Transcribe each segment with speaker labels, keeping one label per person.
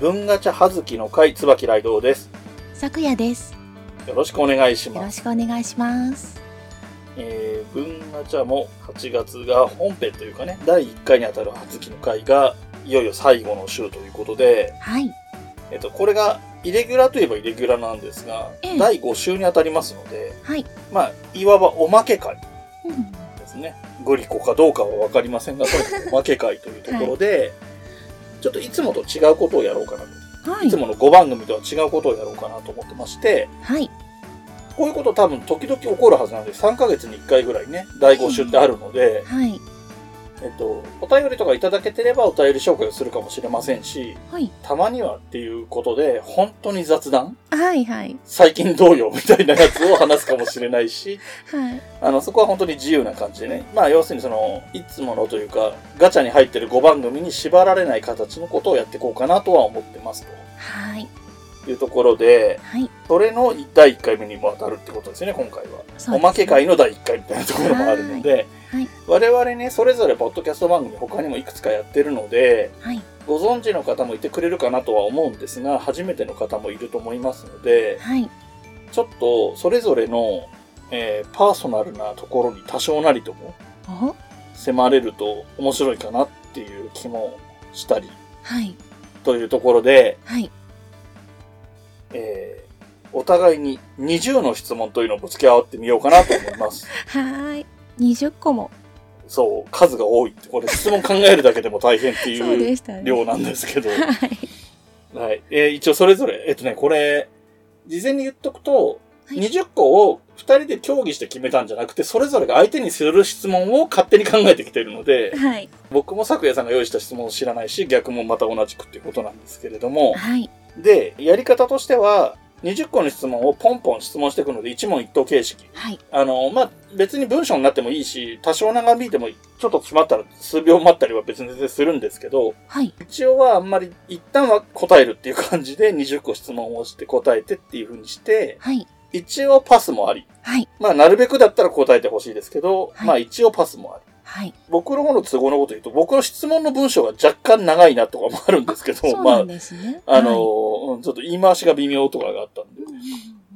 Speaker 1: 文ガチャはずきの会椿雷道です。
Speaker 2: 昨夜です。
Speaker 1: よろしくお願いし
Speaker 2: よ
Speaker 1: ま
Speaker 2: ろ
Speaker 1: す。
Speaker 2: しくお願いします。
Speaker 1: えー、文ガチャも8月が本編というかね、第1回にあたるはずきの会が、いよいよ最後の週ということで、
Speaker 2: はい。
Speaker 1: えっと、これが、イレギュラーといえばイレギュラーなんですが、
Speaker 2: ええ
Speaker 1: 第5週にあたりますので、
Speaker 2: はい。
Speaker 1: まあ、いわばおまけ会
Speaker 2: うん
Speaker 1: ですね。グリコかどうかは分かりませんが、とにかくおまけ会というところ で、ちょっといつもと違うことをやろうかなと。
Speaker 2: はい
Speaker 1: つ
Speaker 2: い。
Speaker 1: もの5番組とは違うことをやろうかなと思ってまして、
Speaker 2: はい。
Speaker 1: こういうこと多分時々起こるはずなんで、3ヶ月に1回ぐらいね、第5週ってあるので、
Speaker 2: はい。
Speaker 1: えっと、お便りとかいただけてればお便り紹介をするかもしれませんし、
Speaker 2: はい。
Speaker 1: たまにはっていうことで、本当に雑談
Speaker 2: はい。はい。
Speaker 1: 最近どうよみたいなやつを話すかもしれないし、
Speaker 2: はい。
Speaker 1: あの、そこは本当に自由な感じでね。まあ、要するにその、いつものというか、ガチャに入ってる5番組に縛られない形のことをやっていこうかなとは思ってます
Speaker 2: はい。
Speaker 1: というところで、
Speaker 2: はい。
Speaker 1: それの第1回目にも当たるってことですよね、今回は。
Speaker 2: そうですね
Speaker 1: おまけ会の第1回みたいなところもあるので、
Speaker 2: はい
Speaker 1: 我々ね、それぞれポッドキャスト番組他にもいくつかやってるので、
Speaker 2: はい。
Speaker 1: ご存知の方もいてくれるかなとは思うんですが、初めての方もいると思いますので、
Speaker 2: はい。
Speaker 1: ちょっとそれぞれの、えーパーソナルなところに多少なりとも
Speaker 2: お
Speaker 1: 迫れると面白いかなっていう気もしたり
Speaker 2: はい。
Speaker 1: というところで、
Speaker 2: はい。
Speaker 1: えーお互いに20の質問というのをぶつけ合ってみようかなと思います。
Speaker 2: はい。二十個も。
Speaker 1: そう、数が多いって、これ質問考えるだけでも大変って
Speaker 2: そう
Speaker 1: い
Speaker 2: で
Speaker 1: う
Speaker 2: したね。
Speaker 1: 量なんです けど、
Speaker 2: はい。
Speaker 1: はい。えー一応それぞれ、えっとね、これ、事前に言っとくと、
Speaker 2: はい
Speaker 1: 20個を2人で協議して決めたんじゃなくて、それぞれが相手にする質問を勝手に考えてきてるので、
Speaker 2: はい。
Speaker 1: 僕も昨夜さんが用意した質問を知らないし、逆もまた同じくっていうことなんですけれども、
Speaker 2: はい。
Speaker 1: で、やり方としては、20個の質問をポンポン質問していくので、一問一答形式。
Speaker 2: はい。
Speaker 1: あの、まあ、別に文章になってもいいし、多少長引いても、ちょっと詰まったら数秒待ったりは別に全然するんですけど、
Speaker 2: はい。
Speaker 1: 一応はあんまり、一旦は答えるっていう感じで20個質問をして答えてっていう風にして、
Speaker 2: はい。
Speaker 1: 一応パスもあり。
Speaker 2: はい。
Speaker 1: まあ、なるべくだったら答えてほしいですけど、
Speaker 2: はい
Speaker 1: まあ一応パスもあり。
Speaker 2: はい。
Speaker 1: 僕の方の都合のこと言うと、僕の質問の文章が若干長いなとかもあるんですけど、
Speaker 2: そう
Speaker 1: ま
Speaker 2: な
Speaker 1: あ
Speaker 2: ん、ですね。
Speaker 1: あの
Speaker 2: はい
Speaker 1: うんちょっと言い回しが微妙とかがあったんで、
Speaker 2: うんうん
Speaker 1: っ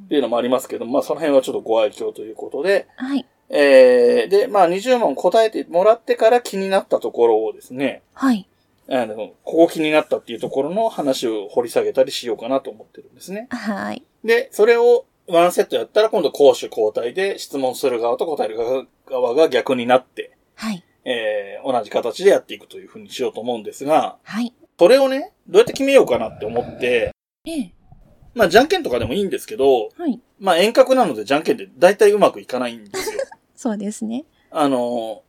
Speaker 2: う
Speaker 1: ていうのもありますけど、まあその辺はちょっとご愛嬌ということで、
Speaker 2: んはい。
Speaker 1: えー、で、まあ20問答えてもらってから気になったところをですね、
Speaker 2: はい。
Speaker 1: あの、ここ気になったっていうところの話を掘り下げたりしようかなと思ってるんですね。
Speaker 2: はい。
Speaker 1: で、それをワンセットやったら今度攻守交代で質問する側と答える側側が逆になって、
Speaker 2: はい。
Speaker 1: えー、同じ形でやっていくというふうにしようと思うんですが、
Speaker 2: はい。
Speaker 1: それをね、どうやって決めようかなって思って、
Speaker 2: ええ。
Speaker 1: まあ、じゃんけんとかでもいいんですけど、
Speaker 2: はい。
Speaker 1: まあ、遠隔なのでじゃんけんって大体うまくいかないんですよ。
Speaker 2: そうですね。
Speaker 1: あの、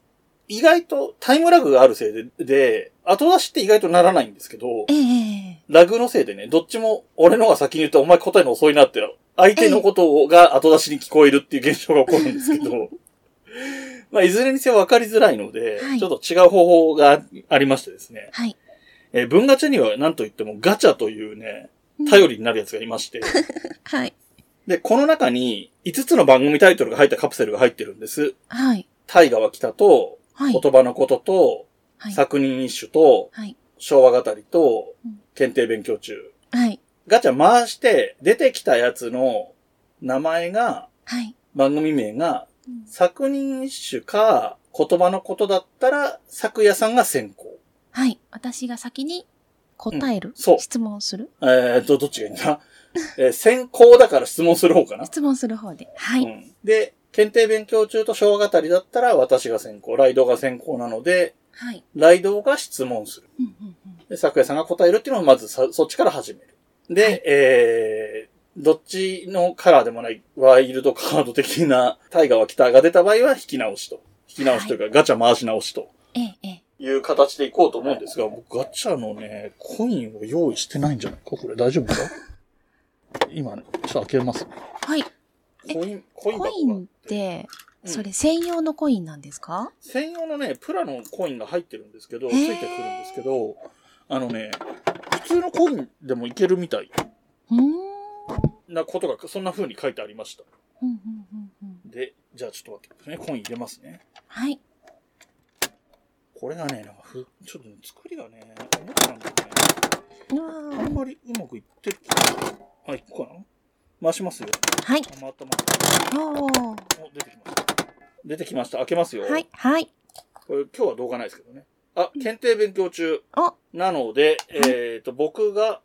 Speaker 1: 意外とタイムラグがあるせいで、で、後出しって意外とならないんですけど
Speaker 2: え、え。
Speaker 1: ラグのせいでね、どっちも俺のが先に言ってお前答えの遅いなって、相手のことが後出しに聞こえるっていう現象が起こるんですけ ど、 まあ、いずれにせよ分かりづらいので、
Speaker 2: はい
Speaker 1: ちょっと違う方法がありましてですね、
Speaker 2: はい。
Speaker 1: えー文ガチャには何と言ってもガチャというね、頼りになるやつがいまして、
Speaker 2: はい。
Speaker 1: で、この中に5つの番組タイトルが入ったカプセルが入ってるんです。
Speaker 2: はい。
Speaker 1: 大河は来たと、
Speaker 2: はい。
Speaker 1: 言葉のことと、
Speaker 2: はい。
Speaker 1: 作人一首と、
Speaker 2: はい。
Speaker 1: 昭和語りと
Speaker 2: うん、
Speaker 1: 検定勉強中。
Speaker 2: はい。
Speaker 1: ガチャ回して、出てきたやつの名前が、
Speaker 2: はい。
Speaker 1: 番組名が、
Speaker 2: うん
Speaker 1: 作人一首か、言葉のことだったら、作家さんが先行。
Speaker 2: はい。私が先に答える、
Speaker 1: そう
Speaker 2: 質問する
Speaker 1: えーと、どっちがいいんだ えー先行だから質問する方かな。
Speaker 2: 質問する方で。はい。
Speaker 1: うんで、検定勉強中と昭和語りだったら、私が先行、ライドが先行なので、
Speaker 2: はい。
Speaker 1: ライドが質問する。
Speaker 2: うんうんうん
Speaker 1: で、作家さんが答えるっていうのをまずさそっちから始める。で、
Speaker 2: はい
Speaker 1: えー、どっちのカラーでもないワイルドカード的なタイガーは北が出た場合は引き直しと。引き直しというか、ガチャ回し直しと
Speaker 2: ええ、ええ。
Speaker 1: いう形でいこうと思うんですが、僕ガチャのね、コインを用意してないんじゃないかこれ大丈夫 か今、ね、ちょっと開けますね。
Speaker 2: はい。え
Speaker 1: コイン、コイン
Speaker 2: コイ
Speaker 1: 箱が
Speaker 2: ンって、
Speaker 1: うん
Speaker 2: それ専用のコインなんですか
Speaker 1: 専用のね、プラのコインが入ってるんですけど、
Speaker 2: へ
Speaker 1: つ
Speaker 2: ー
Speaker 1: いてくるんですけど、あのね、普通のコインでもいけるみたいう
Speaker 2: ーん。うん
Speaker 1: なことが、そんな風に書いてありました。
Speaker 2: うんうんうん。
Speaker 1: で、じゃあちょっと待ってくださいね。コイン入れますね。
Speaker 2: はい。
Speaker 1: これがね、なんかふ、ちょっとね、作りがね、思ったんだよね。
Speaker 2: うわー
Speaker 1: あんまりうまくいってる。あ、いくかな回しますよ。
Speaker 2: はい。
Speaker 1: あ、回った回っ
Speaker 2: おー
Speaker 1: た。お、出てきました。出てきました。開けますよ。
Speaker 2: はい。はい。
Speaker 1: これ今日は動画ないですけどね。あ、検定勉強中。
Speaker 2: お
Speaker 1: なので、えっ、と、僕が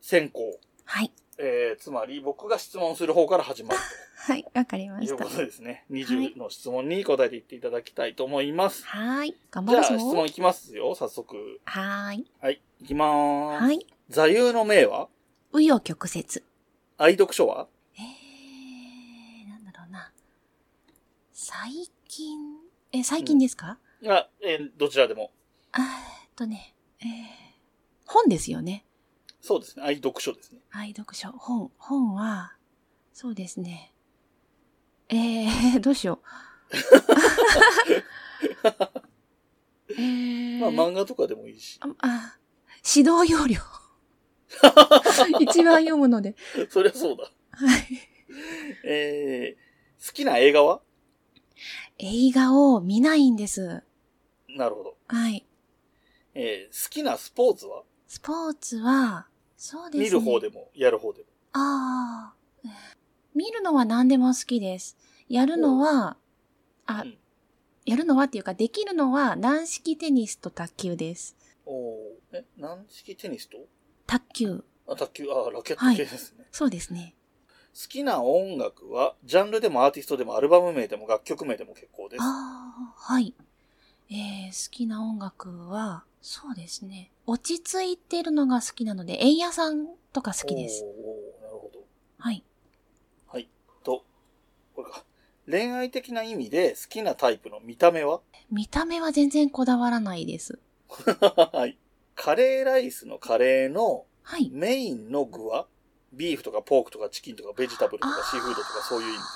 Speaker 1: 先行。
Speaker 2: はい。
Speaker 1: えー、つまり僕が質問する方から始まる
Speaker 2: はい。わかりま
Speaker 1: とい
Speaker 2: し
Speaker 1: う
Speaker 2: た
Speaker 1: こ。とですね。20の質問に答えていっていただきたいと思います。
Speaker 2: はい。頑張
Speaker 1: じゃ
Speaker 2: る
Speaker 1: あ、
Speaker 2: ぞ
Speaker 1: 質問いきますよ、早速。
Speaker 2: はい。
Speaker 1: はい、いきまーす。
Speaker 2: はい。
Speaker 1: 座右の銘は
Speaker 2: 紆余曲折。
Speaker 1: 愛読書は
Speaker 2: えー、なんだろうな。最近、え、最近ですか、
Speaker 1: あ、えーどちらでも。
Speaker 2: あーえっとね、えー、本ですよね。
Speaker 1: そうですね、愛読書ですね。
Speaker 2: 愛読書。本。本は、そうですね。えー、 どうしよ う。えー、
Speaker 1: まあ、漫画とかでもいいし。
Speaker 2: ああ、指導要領。一番読むの で。
Speaker 1: そりゃそうだ。
Speaker 2: はい。
Speaker 1: えー、好きな映画は
Speaker 2: 映画を見ないんです。
Speaker 1: なるほど。
Speaker 2: はい。
Speaker 1: えー、好きなスポーツは
Speaker 2: スポーツは、そうですね。
Speaker 1: 見る方でも、やる方でも。
Speaker 2: ああ。見るのは何でも好きです。やるのは、あ、
Speaker 1: うん
Speaker 2: やるのはっていうか、できるのは軟式テニスと卓球です。
Speaker 1: おーえ、軟式テニスと
Speaker 2: 卓球。
Speaker 1: あ、卓球、あ、ラケット
Speaker 2: はい
Speaker 1: 系ですね。
Speaker 2: そうですね。
Speaker 1: 好きな音楽は、ジャンルでもアーティストでもアルバム名でも楽曲名でも結構です。
Speaker 2: ああ、はい。えー、好きな音楽は、そうですね。落ち着いてるのが好きなので、円屋さんとか好きです。
Speaker 1: おーおーなるほど。
Speaker 2: はい。
Speaker 1: と、これか。恋愛的な意味で好きなタイプの見た目は
Speaker 2: 見た目は全然こだわらないです。
Speaker 1: はい。カレーライスのカレーの
Speaker 2: はい。
Speaker 1: メインの具はビーフとかポークとかチキンとかベジタブルとかシーフードとかそういう意味です。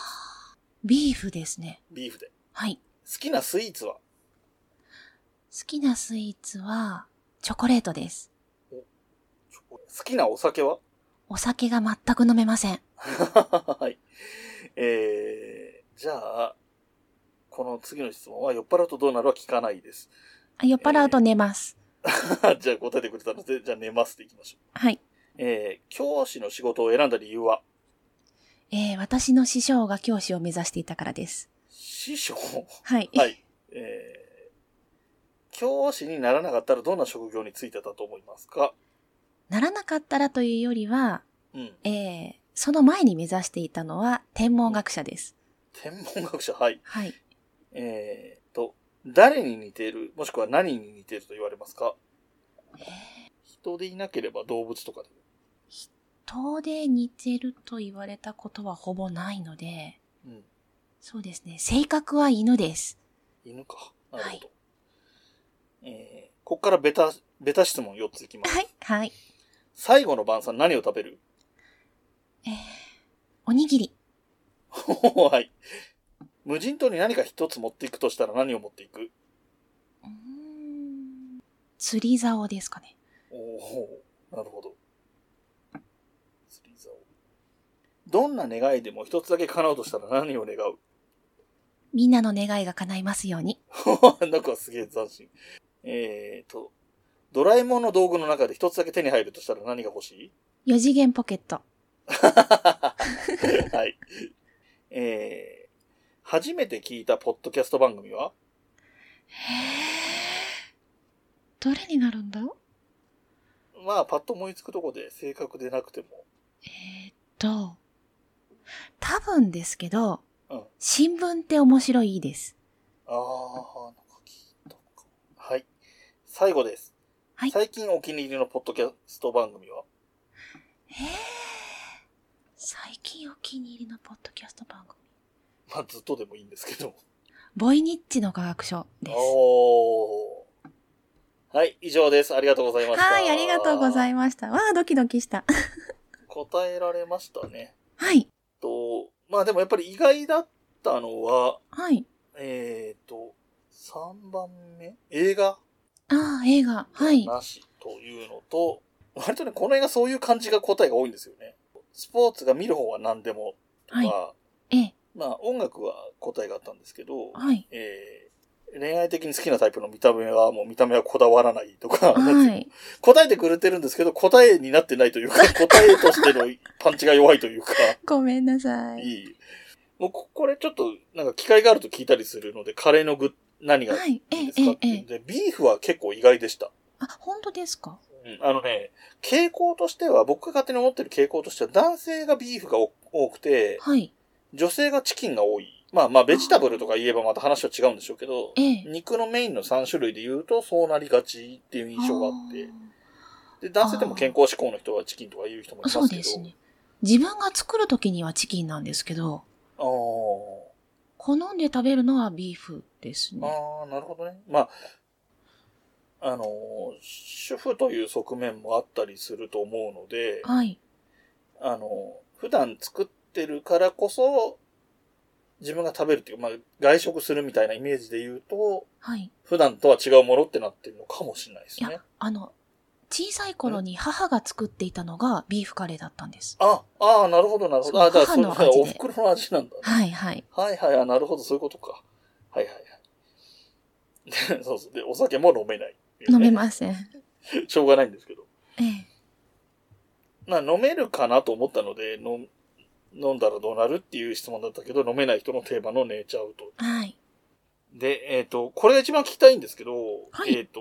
Speaker 2: ビーフですね。
Speaker 1: ビーフで。
Speaker 2: はい。
Speaker 1: 好きなスイーツは
Speaker 2: 好きなスイーツは、チョコレートです。
Speaker 1: 好きなお酒は
Speaker 2: お酒が全く飲めません。
Speaker 1: はい。えー、じゃあ、この次の質問は酔っ払うとどうなるは聞かないです。
Speaker 2: あ酔っ払うと寝ます。
Speaker 1: じゃあ答えてくれたので、じゃあ寝ますでいきましょう。
Speaker 2: はい。
Speaker 1: えー、教師の仕事を選んだ理由は
Speaker 2: えー、私の師匠が教師を目指していたからです。
Speaker 1: 師匠
Speaker 2: はい。
Speaker 1: はい。 えー、教師にならなかったらどんな職業に就いてたと思いますか
Speaker 2: ならなかったらというよりは、
Speaker 1: うん。
Speaker 2: えー、その前に目指していたのは天文学者です。
Speaker 1: 天文学者、はい。
Speaker 2: はい。
Speaker 1: えーと、誰に似ている、もしくは何に似ていると言われますか人でいなければ動物とかでも。
Speaker 2: 遠で似てると言われたことはほぼないので、
Speaker 1: うん。
Speaker 2: そうですね。性格は犬です。
Speaker 1: 犬か。なるほど。えー、ここからベタ、ベタ質問4ついきます。
Speaker 2: はい。はい。
Speaker 1: 最後の晩餐何を食べる
Speaker 2: えー、おにぎり。
Speaker 1: はい。無人島に何か一つ持っていくとしたら何を持っていく
Speaker 2: うーん釣り竿ですかね。
Speaker 1: おおーなるほど。釣り竿。どんな願いでも一つだけ叶うとしたら何を願
Speaker 2: みんなの願いが叶いますように。
Speaker 1: う なんかすげえ斬新。えーと、ドラえもんの道具の中で一つだけ手に入るとしたら何が欲しい
Speaker 2: 四次元ポケット。
Speaker 1: はい。えー、初めて聞いたポッドキャスト番組は
Speaker 2: どれになるんだ
Speaker 1: まあ、パッと思いつくとこで正確でなくても。
Speaker 2: えーっと、多分ですけど、
Speaker 1: うん
Speaker 2: 新聞って面白いです。
Speaker 1: ああ、なんか聞いたか。はい。最後です。
Speaker 2: はい
Speaker 1: 最近お気に入りのポッドキャスト番組は
Speaker 2: 最近お気に入りのポッドキャスト番組。
Speaker 1: まあ、ずっとでもいいんですけ ど。
Speaker 2: ボイニッチの科学書です。
Speaker 1: おーはい、以上です。ありがとうございました。
Speaker 2: はい、ありがとうござ
Speaker 1: ま
Speaker 2: いました。わあ、ドキドキした。
Speaker 1: す。答えられましたね。
Speaker 2: はい。
Speaker 1: と、まあでもやっぱり意外だったのは、
Speaker 2: はい。
Speaker 1: えっ、ー、と、3番目映画
Speaker 2: ああ、映画。はい。
Speaker 1: なしというのと、割とね、この映画そういう感じが答えが多いんですよね。スポーツが見る方は何でもとか、
Speaker 2: はい。ええ、
Speaker 1: まあ音楽は答えがあったんですけど、
Speaker 2: はい。
Speaker 1: え恋愛的に好きなタイプの見た目は、もう見た目はこだわらないとか、
Speaker 2: はい。
Speaker 1: 答えてくれてるんですけど、答えになってないという か、答えとしてのパンチが弱いというか、
Speaker 2: ごめんなさ
Speaker 1: い
Speaker 2: い。
Speaker 1: い。もうこ、これちょっと、なんか機会があると聞いたりするので、カレーの具、何が
Speaker 2: はいい。え
Speaker 1: い
Speaker 2: え
Speaker 1: で、す
Speaker 2: え
Speaker 1: か
Speaker 2: え
Speaker 1: っ、て
Speaker 2: え
Speaker 1: いうんで、
Speaker 2: え。
Speaker 1: ビーフは結構意外でした。
Speaker 2: あ、本当ですか
Speaker 1: うんあのね、傾向としては、僕が勝手に思ってる傾向としては、男性がビーフがお多くて、
Speaker 2: はい。
Speaker 1: 女性がチキンが多い。まあまあ、ベジタブルとか言えばまた話は違うんでしょうけど、
Speaker 2: ええ。
Speaker 1: 肉のメインの3種類で言うと、そうなりがちっていう印象があって、で、男性でも健康志向の人はチキンとか言う人もい
Speaker 2: あー
Speaker 1: ますけ
Speaker 2: そ
Speaker 1: ど、
Speaker 2: うですね。自分が作るときにはチキンなんですけど、
Speaker 1: あー
Speaker 2: 好んで食べるのはビーフですね。
Speaker 1: ああ、なるほどね。まあ、あのー、主婦という側面もあったりすると思うので、
Speaker 2: はい。
Speaker 1: あのー、普段作ってるからこそ、自分が食べるっていうか、まあ、外食するみたいなイメージで言うと、
Speaker 2: はい。
Speaker 1: 普段とは違うものってなってるのかもしれないです
Speaker 2: い
Speaker 1: ね。
Speaker 2: あの、小さい頃に母が作っていたのがビーフカレーだったんです。
Speaker 1: あ、ああ、なるほど、なるほど。あ、だから、そ
Speaker 2: そう
Speaker 1: れ
Speaker 2: 母の
Speaker 1: は
Speaker 2: 味で
Speaker 1: お袋の味なんだね。
Speaker 2: はいはい。
Speaker 1: はいはい、あ、なるほど、そういうことか。はいはいはい。で そうそう。で、お酒も飲めないっていうね、
Speaker 2: 飲めません。
Speaker 1: しょうがないんですけど。
Speaker 2: ええ。
Speaker 1: まあ、飲めるかなと思ったので、飲飲んだらどうなるっていう質問だったけど、飲めない人のテーマの寝ちゃうと。
Speaker 2: はい。
Speaker 1: で、えっ、と、これが一番聞きたいんですけど、
Speaker 2: はい
Speaker 1: えっ、と、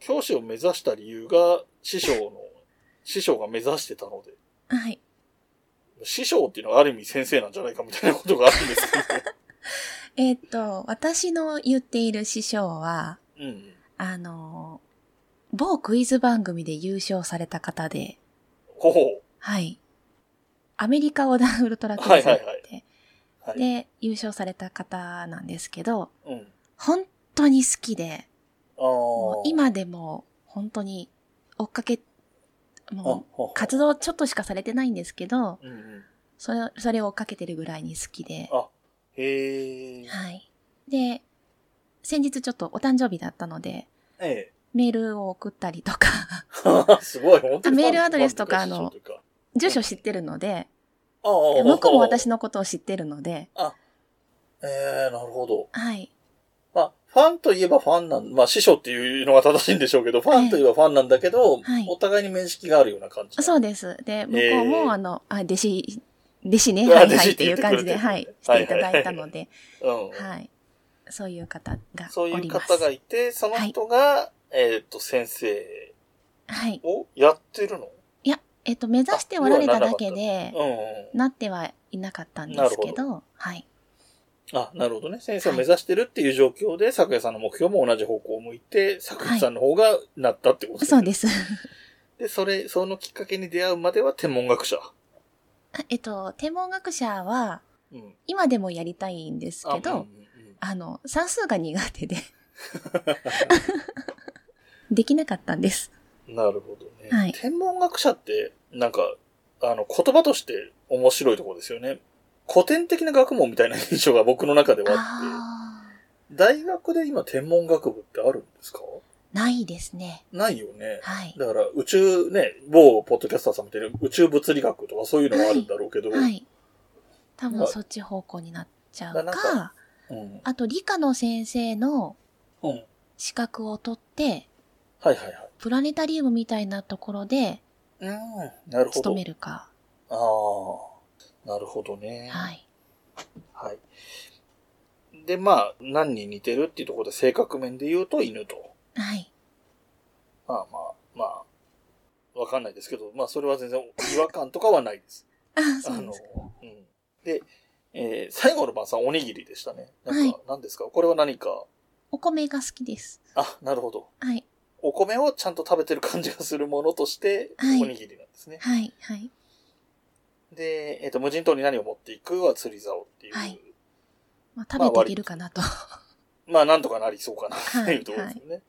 Speaker 1: 教師を目指した理由が、師匠の、 師匠が目指してたので、
Speaker 2: はい。
Speaker 1: 師匠っていうのはある意味先生なんじゃないかみたいなことがあるんですけ
Speaker 2: えーっと、私の言っている師匠は、
Speaker 1: ど、 うん。
Speaker 2: あの、某クイズ番組で優勝された方で、
Speaker 1: ほほ
Speaker 2: はい。アメリカオーダーウルトラクイズ
Speaker 1: は
Speaker 2: っ
Speaker 1: いはいはい
Speaker 2: て、
Speaker 1: う。はい。
Speaker 2: で、優勝された方なんですけど、
Speaker 1: うん。
Speaker 2: 本当に好きで、
Speaker 1: ああ
Speaker 2: もう。今でも本当に追っかけ、
Speaker 1: あ、
Speaker 2: も
Speaker 1: ほう
Speaker 2: う活動ちょっとしかされてないんですけど、
Speaker 1: うんうん。
Speaker 2: それそれを追っかけてるぐらいに好きで、
Speaker 1: あ、へえ。
Speaker 2: はい。で、先日ちょっとお誕生日だったので、
Speaker 1: え
Speaker 2: メールを送ったりとか、
Speaker 1: え。すごい、本当に。
Speaker 2: メールアドレスとかあの
Speaker 1: ファンというか
Speaker 2: 住所知ってるので、
Speaker 1: ああ。
Speaker 2: 向こうも私
Speaker 1: の。
Speaker 2: のことを知ってるので、
Speaker 1: ええなるほど。
Speaker 2: はい。
Speaker 1: まあ、ファンといえばファンなん、まあ、師匠っていうのが正しいんでしょうけど、ファンといえばファンなんだけど、
Speaker 2: はい
Speaker 1: お互いに面識があるような感じ。
Speaker 2: そうです。で、向こう
Speaker 1: えー
Speaker 2: も、あの、あ、弟子、弟子ね、
Speaker 1: あ
Speaker 2: はい
Speaker 1: 弟
Speaker 2: は
Speaker 1: 子
Speaker 2: い
Speaker 1: っ
Speaker 2: ってて
Speaker 1: 言
Speaker 2: い
Speaker 1: ってく
Speaker 2: う
Speaker 1: れ
Speaker 2: 感
Speaker 1: て
Speaker 2: じ
Speaker 1: る
Speaker 2: で、はい、し
Speaker 1: はい
Speaker 2: ていただいたので、
Speaker 1: うん。
Speaker 2: はい。そういう方が
Speaker 1: そう
Speaker 2: お
Speaker 1: いう
Speaker 2: ります。
Speaker 1: 方がいて、その人が、えっ、と、先生
Speaker 2: はい。
Speaker 1: をやってるの
Speaker 2: いや、えっと、目指しておられただけで、
Speaker 1: うん
Speaker 2: なってはいなかったんですけ
Speaker 1: な
Speaker 2: ど、はい。
Speaker 1: うん。あ、なるほどね。先生を目指してるっていう状況で、昨夜さんの目標も同じ方向を向いて、昨夜さんの方がなったってこと。
Speaker 2: そうですす。
Speaker 1: で、それ、そのきっかけに出会うまでは天文学者。
Speaker 2: えっと、天文学者は、
Speaker 1: うん。
Speaker 2: 今でもやりたいんですけ
Speaker 1: あうん
Speaker 2: ど、
Speaker 1: うんうん
Speaker 2: あの、算数が苦 手で。 できなかったんです。
Speaker 1: なるほどね。
Speaker 2: はい
Speaker 1: 天文学者って、なんか、あの、言葉として面白いところですよね。古典的な学問みたいな印象が僕の中ではあって、
Speaker 2: あ
Speaker 1: 大学で今天文学部ってあるんですか
Speaker 2: ーないですね。
Speaker 1: ないよね。
Speaker 2: はい。
Speaker 1: だから、宇宙ね、某ポッドキャスターさんみたいな宇宙物理学とかそういうのがあるんだろうけど、
Speaker 2: はい。多
Speaker 1: まあ
Speaker 2: 分そっち方向になっちゃう
Speaker 1: な
Speaker 2: か、
Speaker 1: んかうん。うん。
Speaker 2: あと理科の先生の
Speaker 1: はい
Speaker 2: 資格を取って、
Speaker 1: はいはい。
Speaker 2: プラネタリウムみたいなところで
Speaker 1: うん。なるほ
Speaker 2: 勤
Speaker 1: ど
Speaker 2: め。るか。
Speaker 1: ああ。なるほどね。
Speaker 2: はい。
Speaker 1: はい。で、まあ、何に似てるっていうところで、性格面で言うと犬と。
Speaker 2: はい。
Speaker 1: まあまあ、まあ、わかんないですけど、まあそれは全然違和感とかはないです。
Speaker 2: あ、
Speaker 1: あ
Speaker 2: そう
Speaker 1: の
Speaker 2: です。、
Speaker 1: うん。で、えー最後の晩さんおにぎりでしたね。なんか、
Speaker 2: はい
Speaker 1: 何ですかこれは何か、
Speaker 2: お米が好きです。
Speaker 1: あ、なるほど。
Speaker 2: はい。
Speaker 1: お米をちゃんと食べてる感じがするものとして、
Speaker 2: はい
Speaker 1: おにぎりなんですね。
Speaker 2: はい。はい。
Speaker 1: で、えっ、と、無人島に何を持っていくは釣り竿っていう。
Speaker 2: はいまあ、食べていけるかなと。
Speaker 1: まあ、なんとかなりそうかなっていうところですよね。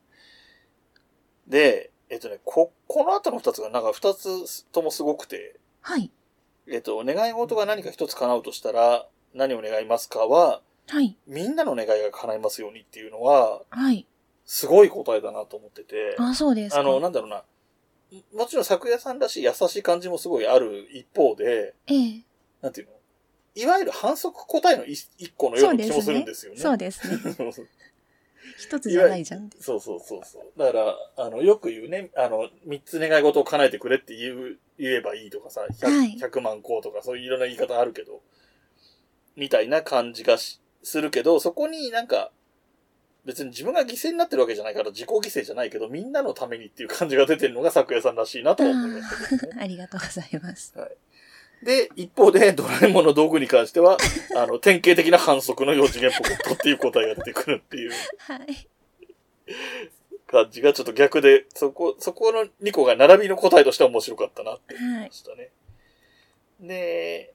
Speaker 1: で、えっとね、こ、この後の二つがなんか二つともすごくて、
Speaker 2: はい。
Speaker 1: えっと、願い事が何か一つ叶うとしたら、何を願いますかは、
Speaker 2: はい。
Speaker 1: みんなの願いが叶いますようにっていうのは、
Speaker 2: はい。
Speaker 1: すごい答えだなと思ってて、
Speaker 2: あ、そうですか。
Speaker 1: あの、なんだろうな、もちろん昨夜さんらしい優しい感じもすごいある一方で、
Speaker 2: ええ。
Speaker 1: なんていうのいわゆる反則答えの一一個のような気もするんですよね。
Speaker 2: そうですね。
Speaker 1: そうそう
Speaker 2: 一つじゃないじゃん。
Speaker 1: そうそうそうそう。だから、あの、よく言うね、あの、三つ願い事を叶えてくれって言う、言えばいいとかさ、100,
Speaker 2: はい
Speaker 1: 100万こうとか、そういういろんな言い方あるけど、みたいな感じがしするけど、そこになんか、別に自分が犠牲になってるわけじゃないから、自己犠牲じゃないけど、みんなのためにっていう感じが出てるのが咲夜さんらしいなとは思いましたけどね。
Speaker 2: ありがとうございます。
Speaker 1: で、一方で、ドラえもんの道具に関しては、あの、典型的な反則の四次元ポケットっていう答えが出てくるっていう。
Speaker 2: はい。
Speaker 1: 感じがちょっと逆で、そこ、そこの2個が並びの答えとして面白かったなって思い
Speaker 2: は
Speaker 1: ま
Speaker 2: い。
Speaker 1: したね。で、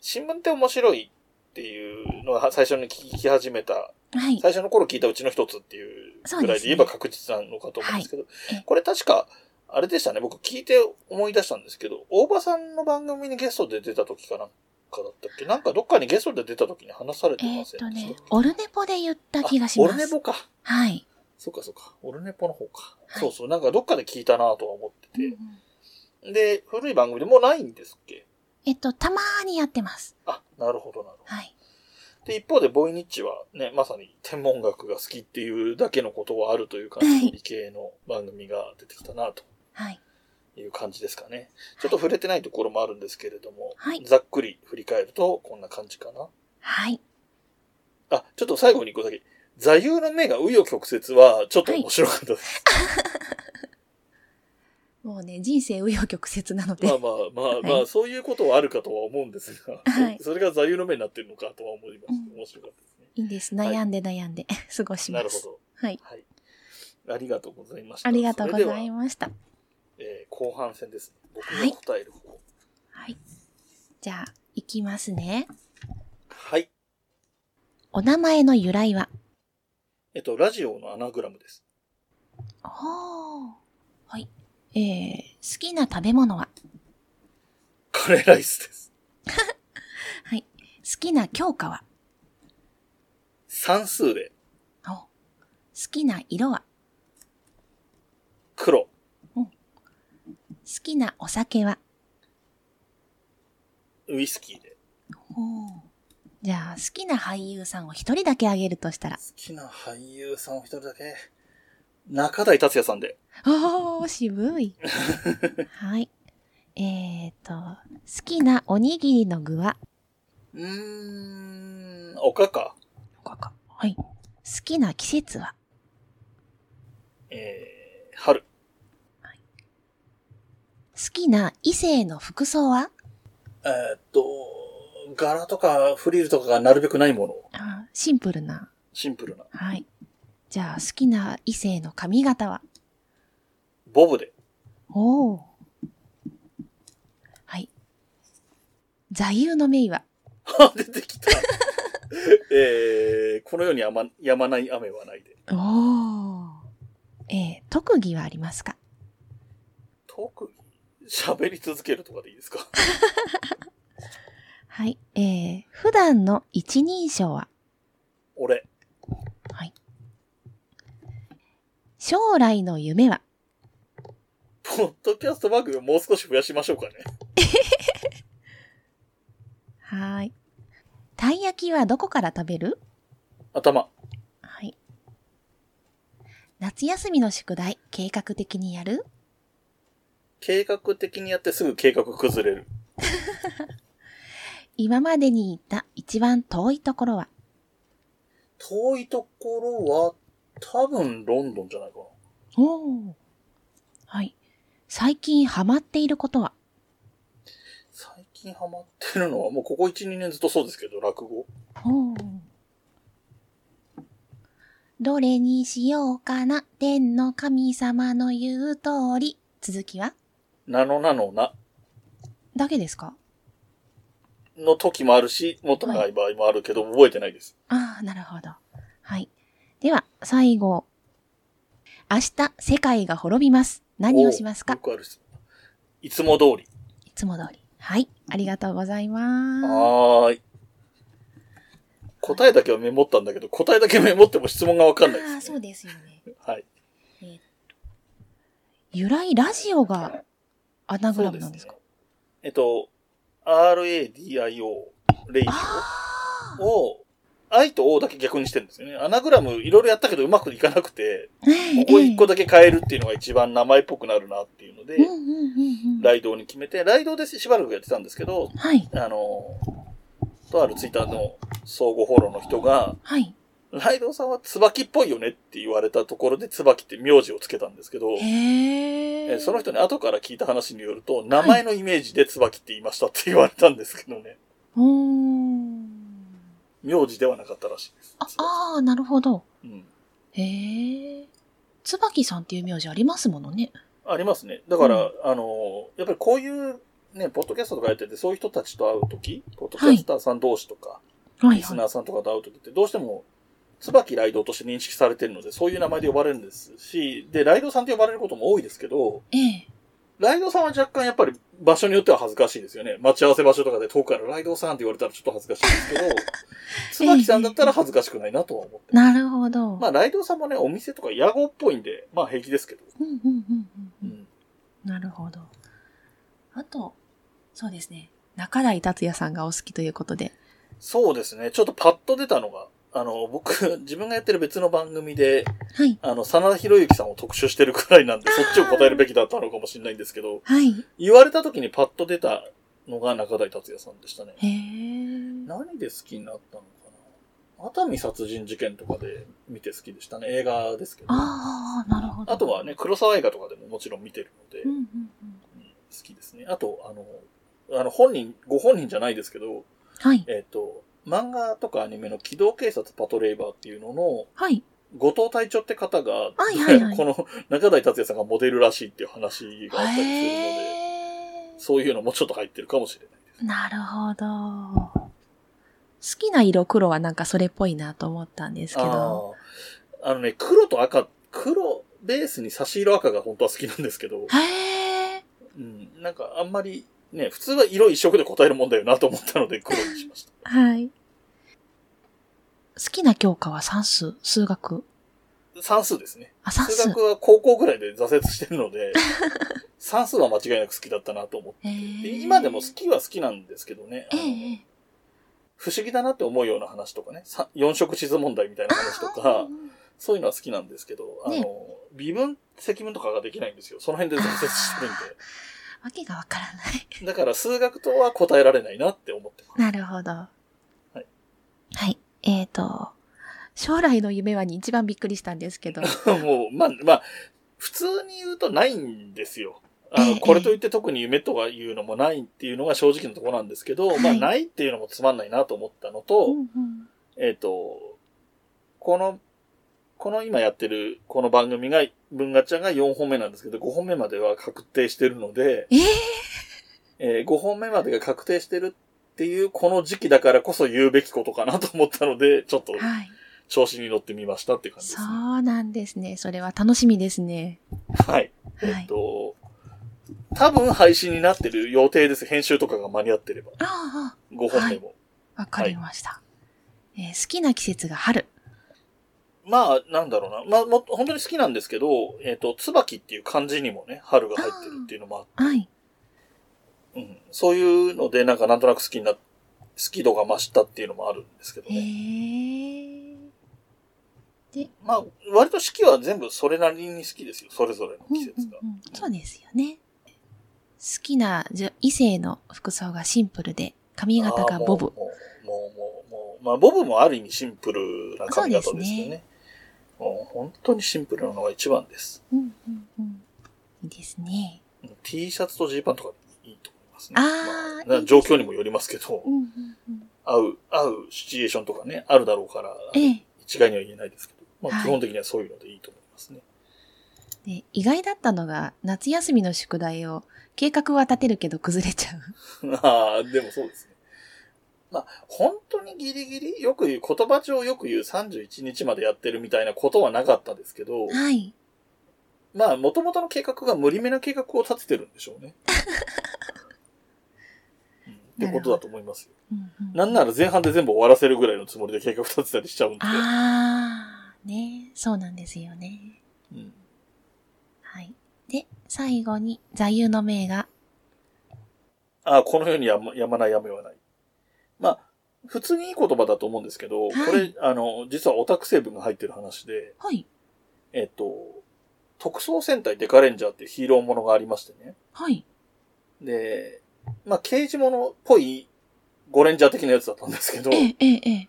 Speaker 1: 新聞って面白いっていうのが最初に聞き始めた、
Speaker 2: はい。
Speaker 1: 最初の頃聞いたうちの一つっていうぐらいで言えば確実なのかと思うんですけど、
Speaker 2: いええ
Speaker 1: これ確か、あれでしたね、僕聞いて思い出したんですけど、大場さんの番組にゲストで出た時かなんかだったっけなんかどっかにゲストで出た時に話されて
Speaker 2: え
Speaker 1: ま
Speaker 2: っ
Speaker 1: せん
Speaker 2: と
Speaker 1: でした
Speaker 2: ね、オルネポで言った
Speaker 1: あ
Speaker 2: 気がしま
Speaker 1: オルネ
Speaker 2: す。
Speaker 1: ボか。
Speaker 2: はい。
Speaker 1: そっかそっか。オルネポの方か。
Speaker 2: はい
Speaker 1: そうそう。なんかどっかで聞いたなとは思って
Speaker 2: うんう
Speaker 1: て。
Speaker 2: ん
Speaker 1: で、古い番組でもうないんですっけ
Speaker 2: えっと、たまーにやってます。
Speaker 1: あ、なるほどなるほ
Speaker 2: はい。
Speaker 1: ど。で、一方で、ボイニッチはね、まさに天文学が好きっていうだけのことはあるという感じの理系の番組が出てきたなと
Speaker 2: はい。
Speaker 1: いう感じですかね。ちょっと触れてないところもあるんですけれども、
Speaker 2: はい
Speaker 1: ざっくり振り返るとこんな感じかな。
Speaker 2: はい。
Speaker 1: あ、ちょっと最後に一個だけ。座右の銘が紆余曲折はちょっと面白かったです。
Speaker 2: もうね、人生紆余曲折なので
Speaker 1: まあ。まあまあまあ、
Speaker 2: はい
Speaker 1: そういうことはあるかとは思うんですが、
Speaker 2: はい
Speaker 1: それ が座右の銘になってるのかとは思いました。
Speaker 2: うん
Speaker 1: 面白かったですね。
Speaker 2: いいんです。
Speaker 1: はい
Speaker 2: 悩んで悩んで過ごしま
Speaker 1: な
Speaker 2: す。
Speaker 1: るほど。
Speaker 2: はい。
Speaker 1: はい。ありがとうございました。
Speaker 2: ありがとうござい
Speaker 1: ま
Speaker 2: ました。
Speaker 1: す。えー後半戦ですね。僕が答える方。
Speaker 2: はい。じゃあ、いきますね。
Speaker 1: はい。
Speaker 2: お名前の由来は
Speaker 1: えっと、ラジオのアナグラムです。
Speaker 2: おはい。えー、好きな食べ物は
Speaker 1: カレーライスです。
Speaker 2: はい。好きな教科は
Speaker 1: 算数で
Speaker 2: お好きな色は
Speaker 1: 黒、
Speaker 2: 好きなお酒は
Speaker 1: ウイスキーで。
Speaker 2: おじゃあ、好きな俳優さんを一人だけあげるとしたら
Speaker 1: 好。きな俳優さんを一人だけ。中台達也さんで。
Speaker 2: おー、渋い。 はい。えーと、好きなおにぎりの具は
Speaker 1: うーん、おかか。
Speaker 2: はい。好きな季節は
Speaker 1: えー、春。
Speaker 2: 好きな異性の服装は
Speaker 1: えーっと、柄とかフリルとかがなるべくないもの。
Speaker 2: あシンプルな。
Speaker 1: シンプルな。
Speaker 2: はい。じゃあ、好きな異性の髪型は
Speaker 1: ボブで。
Speaker 2: おお。はい。座右の銘は
Speaker 1: あ、出てきた。 えー、この世にあま、やまない雨はないで。
Speaker 2: おお。えー、特技はありますか
Speaker 1: 特に喋り続けるとかでいいですか
Speaker 2: はい。えー、普段の一人称は
Speaker 1: 俺、
Speaker 2: 将来の夢は
Speaker 1: ポッドキャスト番組をもう少し増やしましょうかね。
Speaker 2: はーい。たい焼きはどこから食べる
Speaker 1: 頭、
Speaker 2: はい。夏休みの宿題、計画的にやる
Speaker 1: 計画的にやってすぐ計画崩れる。
Speaker 2: 今までに行った一番遠いところは
Speaker 1: 遠いところは、多分ロンドンじゃないかな。
Speaker 2: おお。はい。最近ハマっていることは
Speaker 1: 最近ハマってるのはもうここ1、2年ずっとそうですけど、落語。
Speaker 2: おお。どれにしようかな天の神様の言う通り。続きは
Speaker 1: なのなのな。
Speaker 2: だけですか
Speaker 1: の時もあるし、もっと長い場合もあるけど、覚えてないです。
Speaker 2: ああ、なるほど。はい。では、最後。明日、世界が滅びます。何をします
Speaker 1: お
Speaker 2: か
Speaker 1: うよくある質問いつも通り。
Speaker 2: いつも通り。はい。ありがとうございます。
Speaker 1: はーい。答えだけはメモったんだけど、答えだけメモっても質問がわかんない
Speaker 2: ああ、
Speaker 1: です、
Speaker 2: そう
Speaker 1: ね。
Speaker 2: ですよね。
Speaker 1: はい。
Speaker 2: 由来ラジオがアナグラムなんですか
Speaker 1: そうねえっと、RADIO、レイディ
Speaker 2: あ
Speaker 1: オを愛と O だけ逆にしてるんですよね。アナグラムいろいろやったけどうまくいかなくて、
Speaker 2: え
Speaker 1: ここ一個だけ変えるっていうのが一番名前っぽくなるなっていうので
Speaker 2: ええ、うんうんうんうん。
Speaker 1: ライドウに決めて、ライドウでしばらくやってたんですけど、
Speaker 2: はい。
Speaker 1: あの、とあるツイッターの相互フォローの人が、
Speaker 2: はい。
Speaker 1: ライドウさんは椿っぽいよねって言われたところで椿って名字をつけたんですけど、
Speaker 2: へ
Speaker 1: え
Speaker 2: え。
Speaker 1: その人に後から聞いた話によると、名前のイメージで椿って言いましたって言われたんですけどね。
Speaker 2: うーん。
Speaker 1: 名字ではなかったらしいです。
Speaker 2: あ、ああ、なるほど。
Speaker 1: うん。
Speaker 2: へえ。椿さんっていう名字ありますものね。
Speaker 1: ありますね。だから、
Speaker 2: うん
Speaker 1: あの、やっぱりこういう、ね、ポッドキャストとかやってて、そういう人たちと会うとき、ポッドキャスターさん同士とか、
Speaker 2: はい
Speaker 1: リス
Speaker 2: は
Speaker 1: ナーさんとかと会うときって、どうしても、椿ライドとして認識されてるので、そういう名前で呼ばれるんですし、で、ライドさんって呼ばれることも多いですけど、
Speaker 2: い。ええ。
Speaker 1: ライドさんは若干やっぱり場所によっては恥ずかしいですよね。待ち合わせ場所とかで遠くからライドさんって言われたらちょっと恥ずかしいですけ ど、椿さんだったら恥ずかしくないなとは思って。
Speaker 2: なるほど。
Speaker 1: まあ、ライドさんもね、お店とか野号っぽいんで、まあ平気ですけど。
Speaker 2: うんうんうんうんう。
Speaker 1: うんん。
Speaker 2: なるほど。あと、そうですね。中台達也さんがお好きということで。
Speaker 1: そうですね。ちょっとパッと出たのが、あの、僕、自分がやってる別の番組で、
Speaker 2: はい。
Speaker 1: あの、真田広之さんを特集してるくらいなん で、そっちを答えるべきだったのかもしれないんですけど、
Speaker 2: はい。
Speaker 1: 言われた時にパッと出たのが中台達也さんでしたね。
Speaker 2: へえ。
Speaker 1: 何で好きになったのかな熱海殺人事件とかで見て好きでしたね。映画ですけど。あ
Speaker 2: ああ、なるほど。
Speaker 1: とはね、黒沢映画とかでももちろん見てるので、
Speaker 2: う
Speaker 1: うんん
Speaker 2: うんうん。
Speaker 1: 好きですね。あと、あの、あの、本人、ご本人じゃないですけど、
Speaker 2: はい。
Speaker 1: えっ、と、漫画とかアニメの機動警察パトレイバーっていうのの、
Speaker 2: はい。
Speaker 1: 後藤隊長って方が、
Speaker 2: はいはいは い
Speaker 1: この中台達也さんがモデルらしいっていう話があったりするので、
Speaker 2: へえ。
Speaker 1: そういうのもちょっと入ってるかもしれないです。
Speaker 2: なるほど。好きな色黒はなんかそれっぽいなと思ったんですけど。
Speaker 1: あーあのね、黒と赤、黒ベースに差し色赤が本当は好きなんですけど、
Speaker 2: へえ。
Speaker 1: うん、なんかあんまり、ね、普通は色一色で答えるもんだよなと思ったので黒にしました。
Speaker 2: はい。好きな教科は算数、数学。
Speaker 1: 算数ですね。
Speaker 2: あ、算
Speaker 1: 数
Speaker 2: 数
Speaker 1: 学。は高校ぐらいで挫折してるの で、算数は間違いなく好きだったなと思って。
Speaker 2: へ
Speaker 1: で
Speaker 2: え
Speaker 1: 今でも好。きは好きなんですけどね。あ
Speaker 2: え
Speaker 1: の
Speaker 2: え。
Speaker 1: 不思議だなって思うような話とかね、さ四色地図問題みたいな話と
Speaker 2: あ
Speaker 1: か、そういうのは好きなんですけど、あの、
Speaker 2: ね
Speaker 1: 微分、積分とかができないんですよ。その辺で挫折してるんで。
Speaker 2: ーわけがわからない。
Speaker 1: だから数学とは答えられないなって思ってます。。
Speaker 2: なるほど。はいはい。えーと、将来の夢はに一番びっくりしたんですけど。
Speaker 1: もう、まあ、まあ、普通に言うとないんですよ。あ
Speaker 2: ええ
Speaker 1: の、これといって特に夢とかいうのもないっていうのが正直なところなんですけど、ま
Speaker 2: は
Speaker 1: あ、
Speaker 2: い
Speaker 1: ないっていうのもつまんないなと思ったのと、
Speaker 2: うんうん
Speaker 1: えっ、と、この、この今やってるこの番組が、文ガチャが4本目なんですけど、5本目までは確定してるので、
Speaker 2: ええ
Speaker 1: え5本目までが確定してるっていうこの時期だからこそ言うべきことかなと思ったので、ちょっと
Speaker 2: はい。
Speaker 1: 調子に乗ってみましたって感じです、
Speaker 2: そ
Speaker 1: ね。
Speaker 2: うなんですね。それは楽しみですね。
Speaker 1: はい。
Speaker 2: は
Speaker 1: え
Speaker 2: い。
Speaker 1: っ、と、多分配信になってる予定です。編集とかが間に合ってれば。
Speaker 2: あ
Speaker 1: 5本目も。
Speaker 2: あ、わかりました、えー好きな季節が春。
Speaker 1: まあ、なんだろうな。まあ、もっと本当に好きなんですけど、えっ、と、椿っていう漢字にもね、春が入ってるっていうのもあって
Speaker 2: はい。
Speaker 1: うん、そういうので、なんかなんとなく好きにな、好き度が増したっていうのもあるんですけど
Speaker 2: え
Speaker 1: ね。
Speaker 2: ー、
Speaker 1: まあ、割と四季は全部それなりに好きですよ。それぞれの
Speaker 2: うん
Speaker 1: 季節が
Speaker 2: う。んうん。そうですよね。好きなじゅ異性の服装がシンプルで、髪型
Speaker 1: あー
Speaker 2: が
Speaker 1: もう
Speaker 2: ボブ。
Speaker 1: もう、もう、もう、もう、まあ、ボブもある意味シンプルな髪型
Speaker 2: そうで
Speaker 1: ですす
Speaker 2: ね
Speaker 1: よね。もう本当にシンプルなのが一番です。
Speaker 2: うんうんうん。いいですね。
Speaker 1: うん T シャツとジーパンとかいいと思いますね。
Speaker 2: あーいい
Speaker 1: ま
Speaker 2: です
Speaker 1: あ、
Speaker 2: ね
Speaker 1: 状況にもよりますけど、
Speaker 2: うんうんうん。
Speaker 1: 合う、合うシチュエーションとかね、あるだろうから、
Speaker 2: ええ。
Speaker 1: 一概には言えないですけど、ま
Speaker 2: はい
Speaker 1: あ、基本的にはそういうのでいいと思いますね。
Speaker 2: で意外だったのが、夏休みの宿題を、計画は立てるけど崩れちゃう。
Speaker 1: ああ、でもそうですね。まあ、本当にギリギリ、よく言う、言葉上よく言う31日までやってるみたいなことはなかったですけど、
Speaker 2: はい。
Speaker 1: まあ、元々の計画が無理めな計画を立ててるんでしょうね。うんってことだと思いますよ。
Speaker 2: うんうん、
Speaker 1: なんなら前半で全部終わらせるぐらいのつもりで計画立てたりしちゃうんで。
Speaker 2: あー、ね、そうなんですよね。
Speaker 1: うん
Speaker 2: はい。で、最後に、座右の銘が、
Speaker 1: ああ、この世にやまやまないやめはない。まあ、普通にいい言葉だと思うんですけど、これ、あの、実はオタク成分が入ってる話で、
Speaker 2: はい。
Speaker 1: えっと、特捜戦隊デカレンジャーっていうヒーローものがありましてね。
Speaker 2: はい。
Speaker 1: で、まあ、刑事ものっぽいゴレンジャー的なやつだったんですけど、
Speaker 2: ええ、ええ、え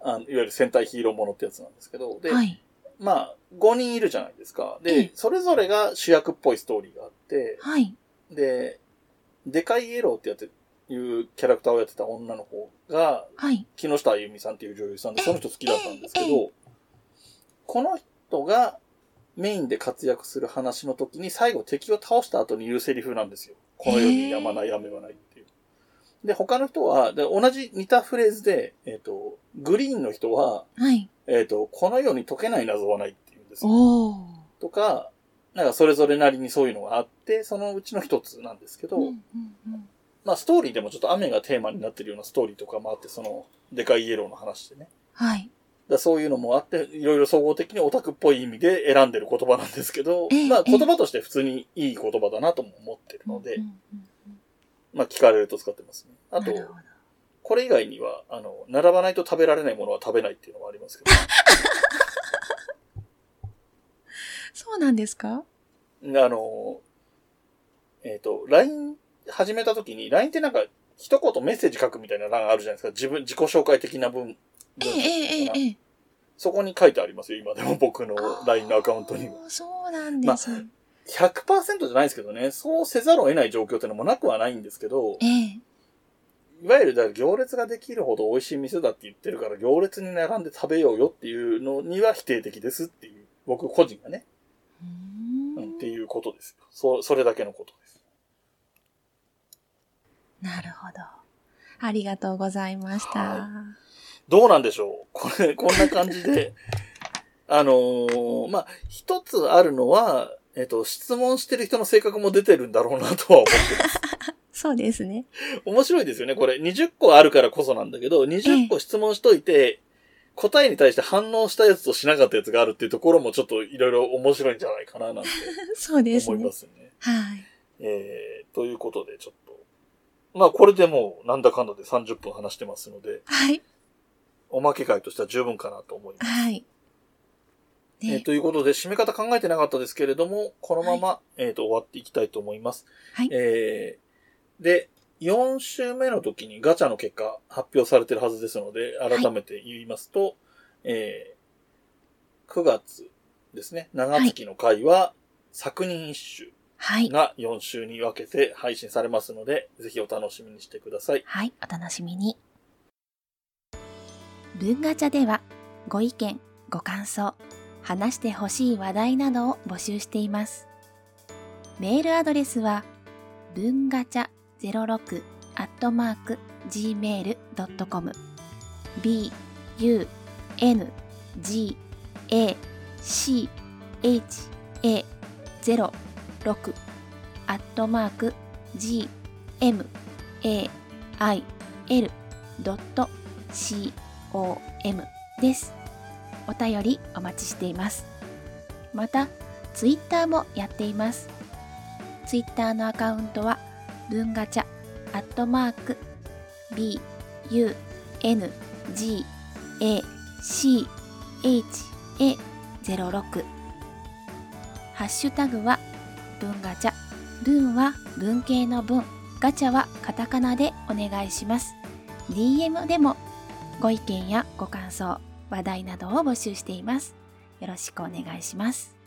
Speaker 1: あのいわゆる戦隊ヒーローものってやつなんですけど、
Speaker 2: え。
Speaker 1: で、
Speaker 2: はい。
Speaker 1: まあ、5人いるじゃないですか。
Speaker 2: え
Speaker 1: で
Speaker 2: え、
Speaker 1: それぞれが主役っぽいストーリーがあって、
Speaker 2: はい。
Speaker 1: で、でかいイエローってやって、いうキャラクターをやってた女の子が、
Speaker 2: はい。
Speaker 1: 木下あゆみさんっていう女優さんで、その人好きだったんですけ
Speaker 2: えええ
Speaker 1: ど、この人がメインで活躍する話の時に最後敵を倒した後に言うセリフなんですよ。この世にやまない、やめはないっていう。で、他の人は、で同じ似たフレーズで、えっ、と、グリーンの人は、
Speaker 2: はい。
Speaker 1: えっ、と、この世に解けない謎はないっていうんですよ。
Speaker 2: おー。
Speaker 1: とか、なんかそれぞれなりにそういうのがあって、そのうちの一つなんですけど、
Speaker 2: うんうんうん
Speaker 1: まあストーリーでもちょっと雨がテーマになってるようなストーリーとかもあって、その、でかいイエローの話でね。
Speaker 2: はい。
Speaker 1: だからそういうのもあって、いろいろ総合的にオタクっぽい意味で選んでる言葉なんですけど
Speaker 2: ええ、
Speaker 1: まあ言葉として普通にいい言葉だなとも思ってるの
Speaker 2: う
Speaker 1: で
Speaker 2: んう、んうん
Speaker 1: まあ聞かれると使ってますね。あと
Speaker 2: な、るほど
Speaker 1: これ以外には、あの、並ばないと食べられないものは食べないっていうのもありますけ
Speaker 2: そうなんですか
Speaker 1: ど、あの、えっと、LINE 始めた時に、LINE ってなんか一言メッセージ書くみたいな欄あるじゃないですか。自分、自己紹介的な文。
Speaker 2: ええ、ええ、ええ、ええ。
Speaker 1: そこに書いてありますよ、今でも僕の LINE のアカウントには。
Speaker 2: あーそうなんです。
Speaker 1: 100%じゃないですけどね、そうせざるを得ない状況ってのもなくはないんですけど、
Speaker 2: ええ。
Speaker 1: いわゆるだから行列ができるほど美味しい店だって言ってるから行列に並んで食べようよっていうのには否定的ですっていう、僕個人がね、う
Speaker 2: う
Speaker 1: ん
Speaker 2: ん
Speaker 1: っていうことですよ。そ、それだけのことです。
Speaker 2: なるほど。ありがとうございました。
Speaker 1: どうなんでしょうこれ、こんな感じで、 あのーまあ、一つあるのは、えっと、質問してる人の性格も出てるんだろうなとは思って
Speaker 2: そうですね。
Speaker 1: 面白いですよね、これ。20個あるからこそなんだけど、20個質問しといて、答えに対して反応したやつとしなかったやつがあるっていうところもちょっといろいろ面白いんじゃないかななんて
Speaker 2: そうです
Speaker 1: 思い
Speaker 2: ね
Speaker 1: ま。すね。
Speaker 2: はい。
Speaker 1: えー、ということでちょっと。まあこれでもうなんだかんだで30分話してますので、
Speaker 2: はい。
Speaker 1: おまけ会としては十分かなと思います。
Speaker 2: はい。
Speaker 1: えー
Speaker 2: ね、
Speaker 1: ということで、締め方考えてなかったですけれども、このまま、えっ、と、終わっていきたいと思います。
Speaker 2: はい
Speaker 1: えーで、4週目の時にガチャの結果発表されてるはずですので、改めて言いますと、えー9月ですね、長月の回は、作人一
Speaker 2: はい
Speaker 1: 種。が4週に分けて配信されますので、ぜひお楽しみにしてください。
Speaker 2: はい。お楽しみに。文ガチャでは、ご意見、ご感想、話してほしい話題などを募集しています。メールアドレスは、文ガチャ06アットマーク gmail.com b u n g a c h a 06アットマーク g m a i l c o m です。お便りお待ちしています。また、ツイッターもやっています。ツイッターのアカウントは、文ガチャ、アットマーク、b, u, n, g, a, c, h, a, 06。ハッシュタグは、文ガチャ。文は文系の文。ガチャはカタカナでお願いします。DM でもご意見やご感想、話題などを募集しています。よろしくお願いします。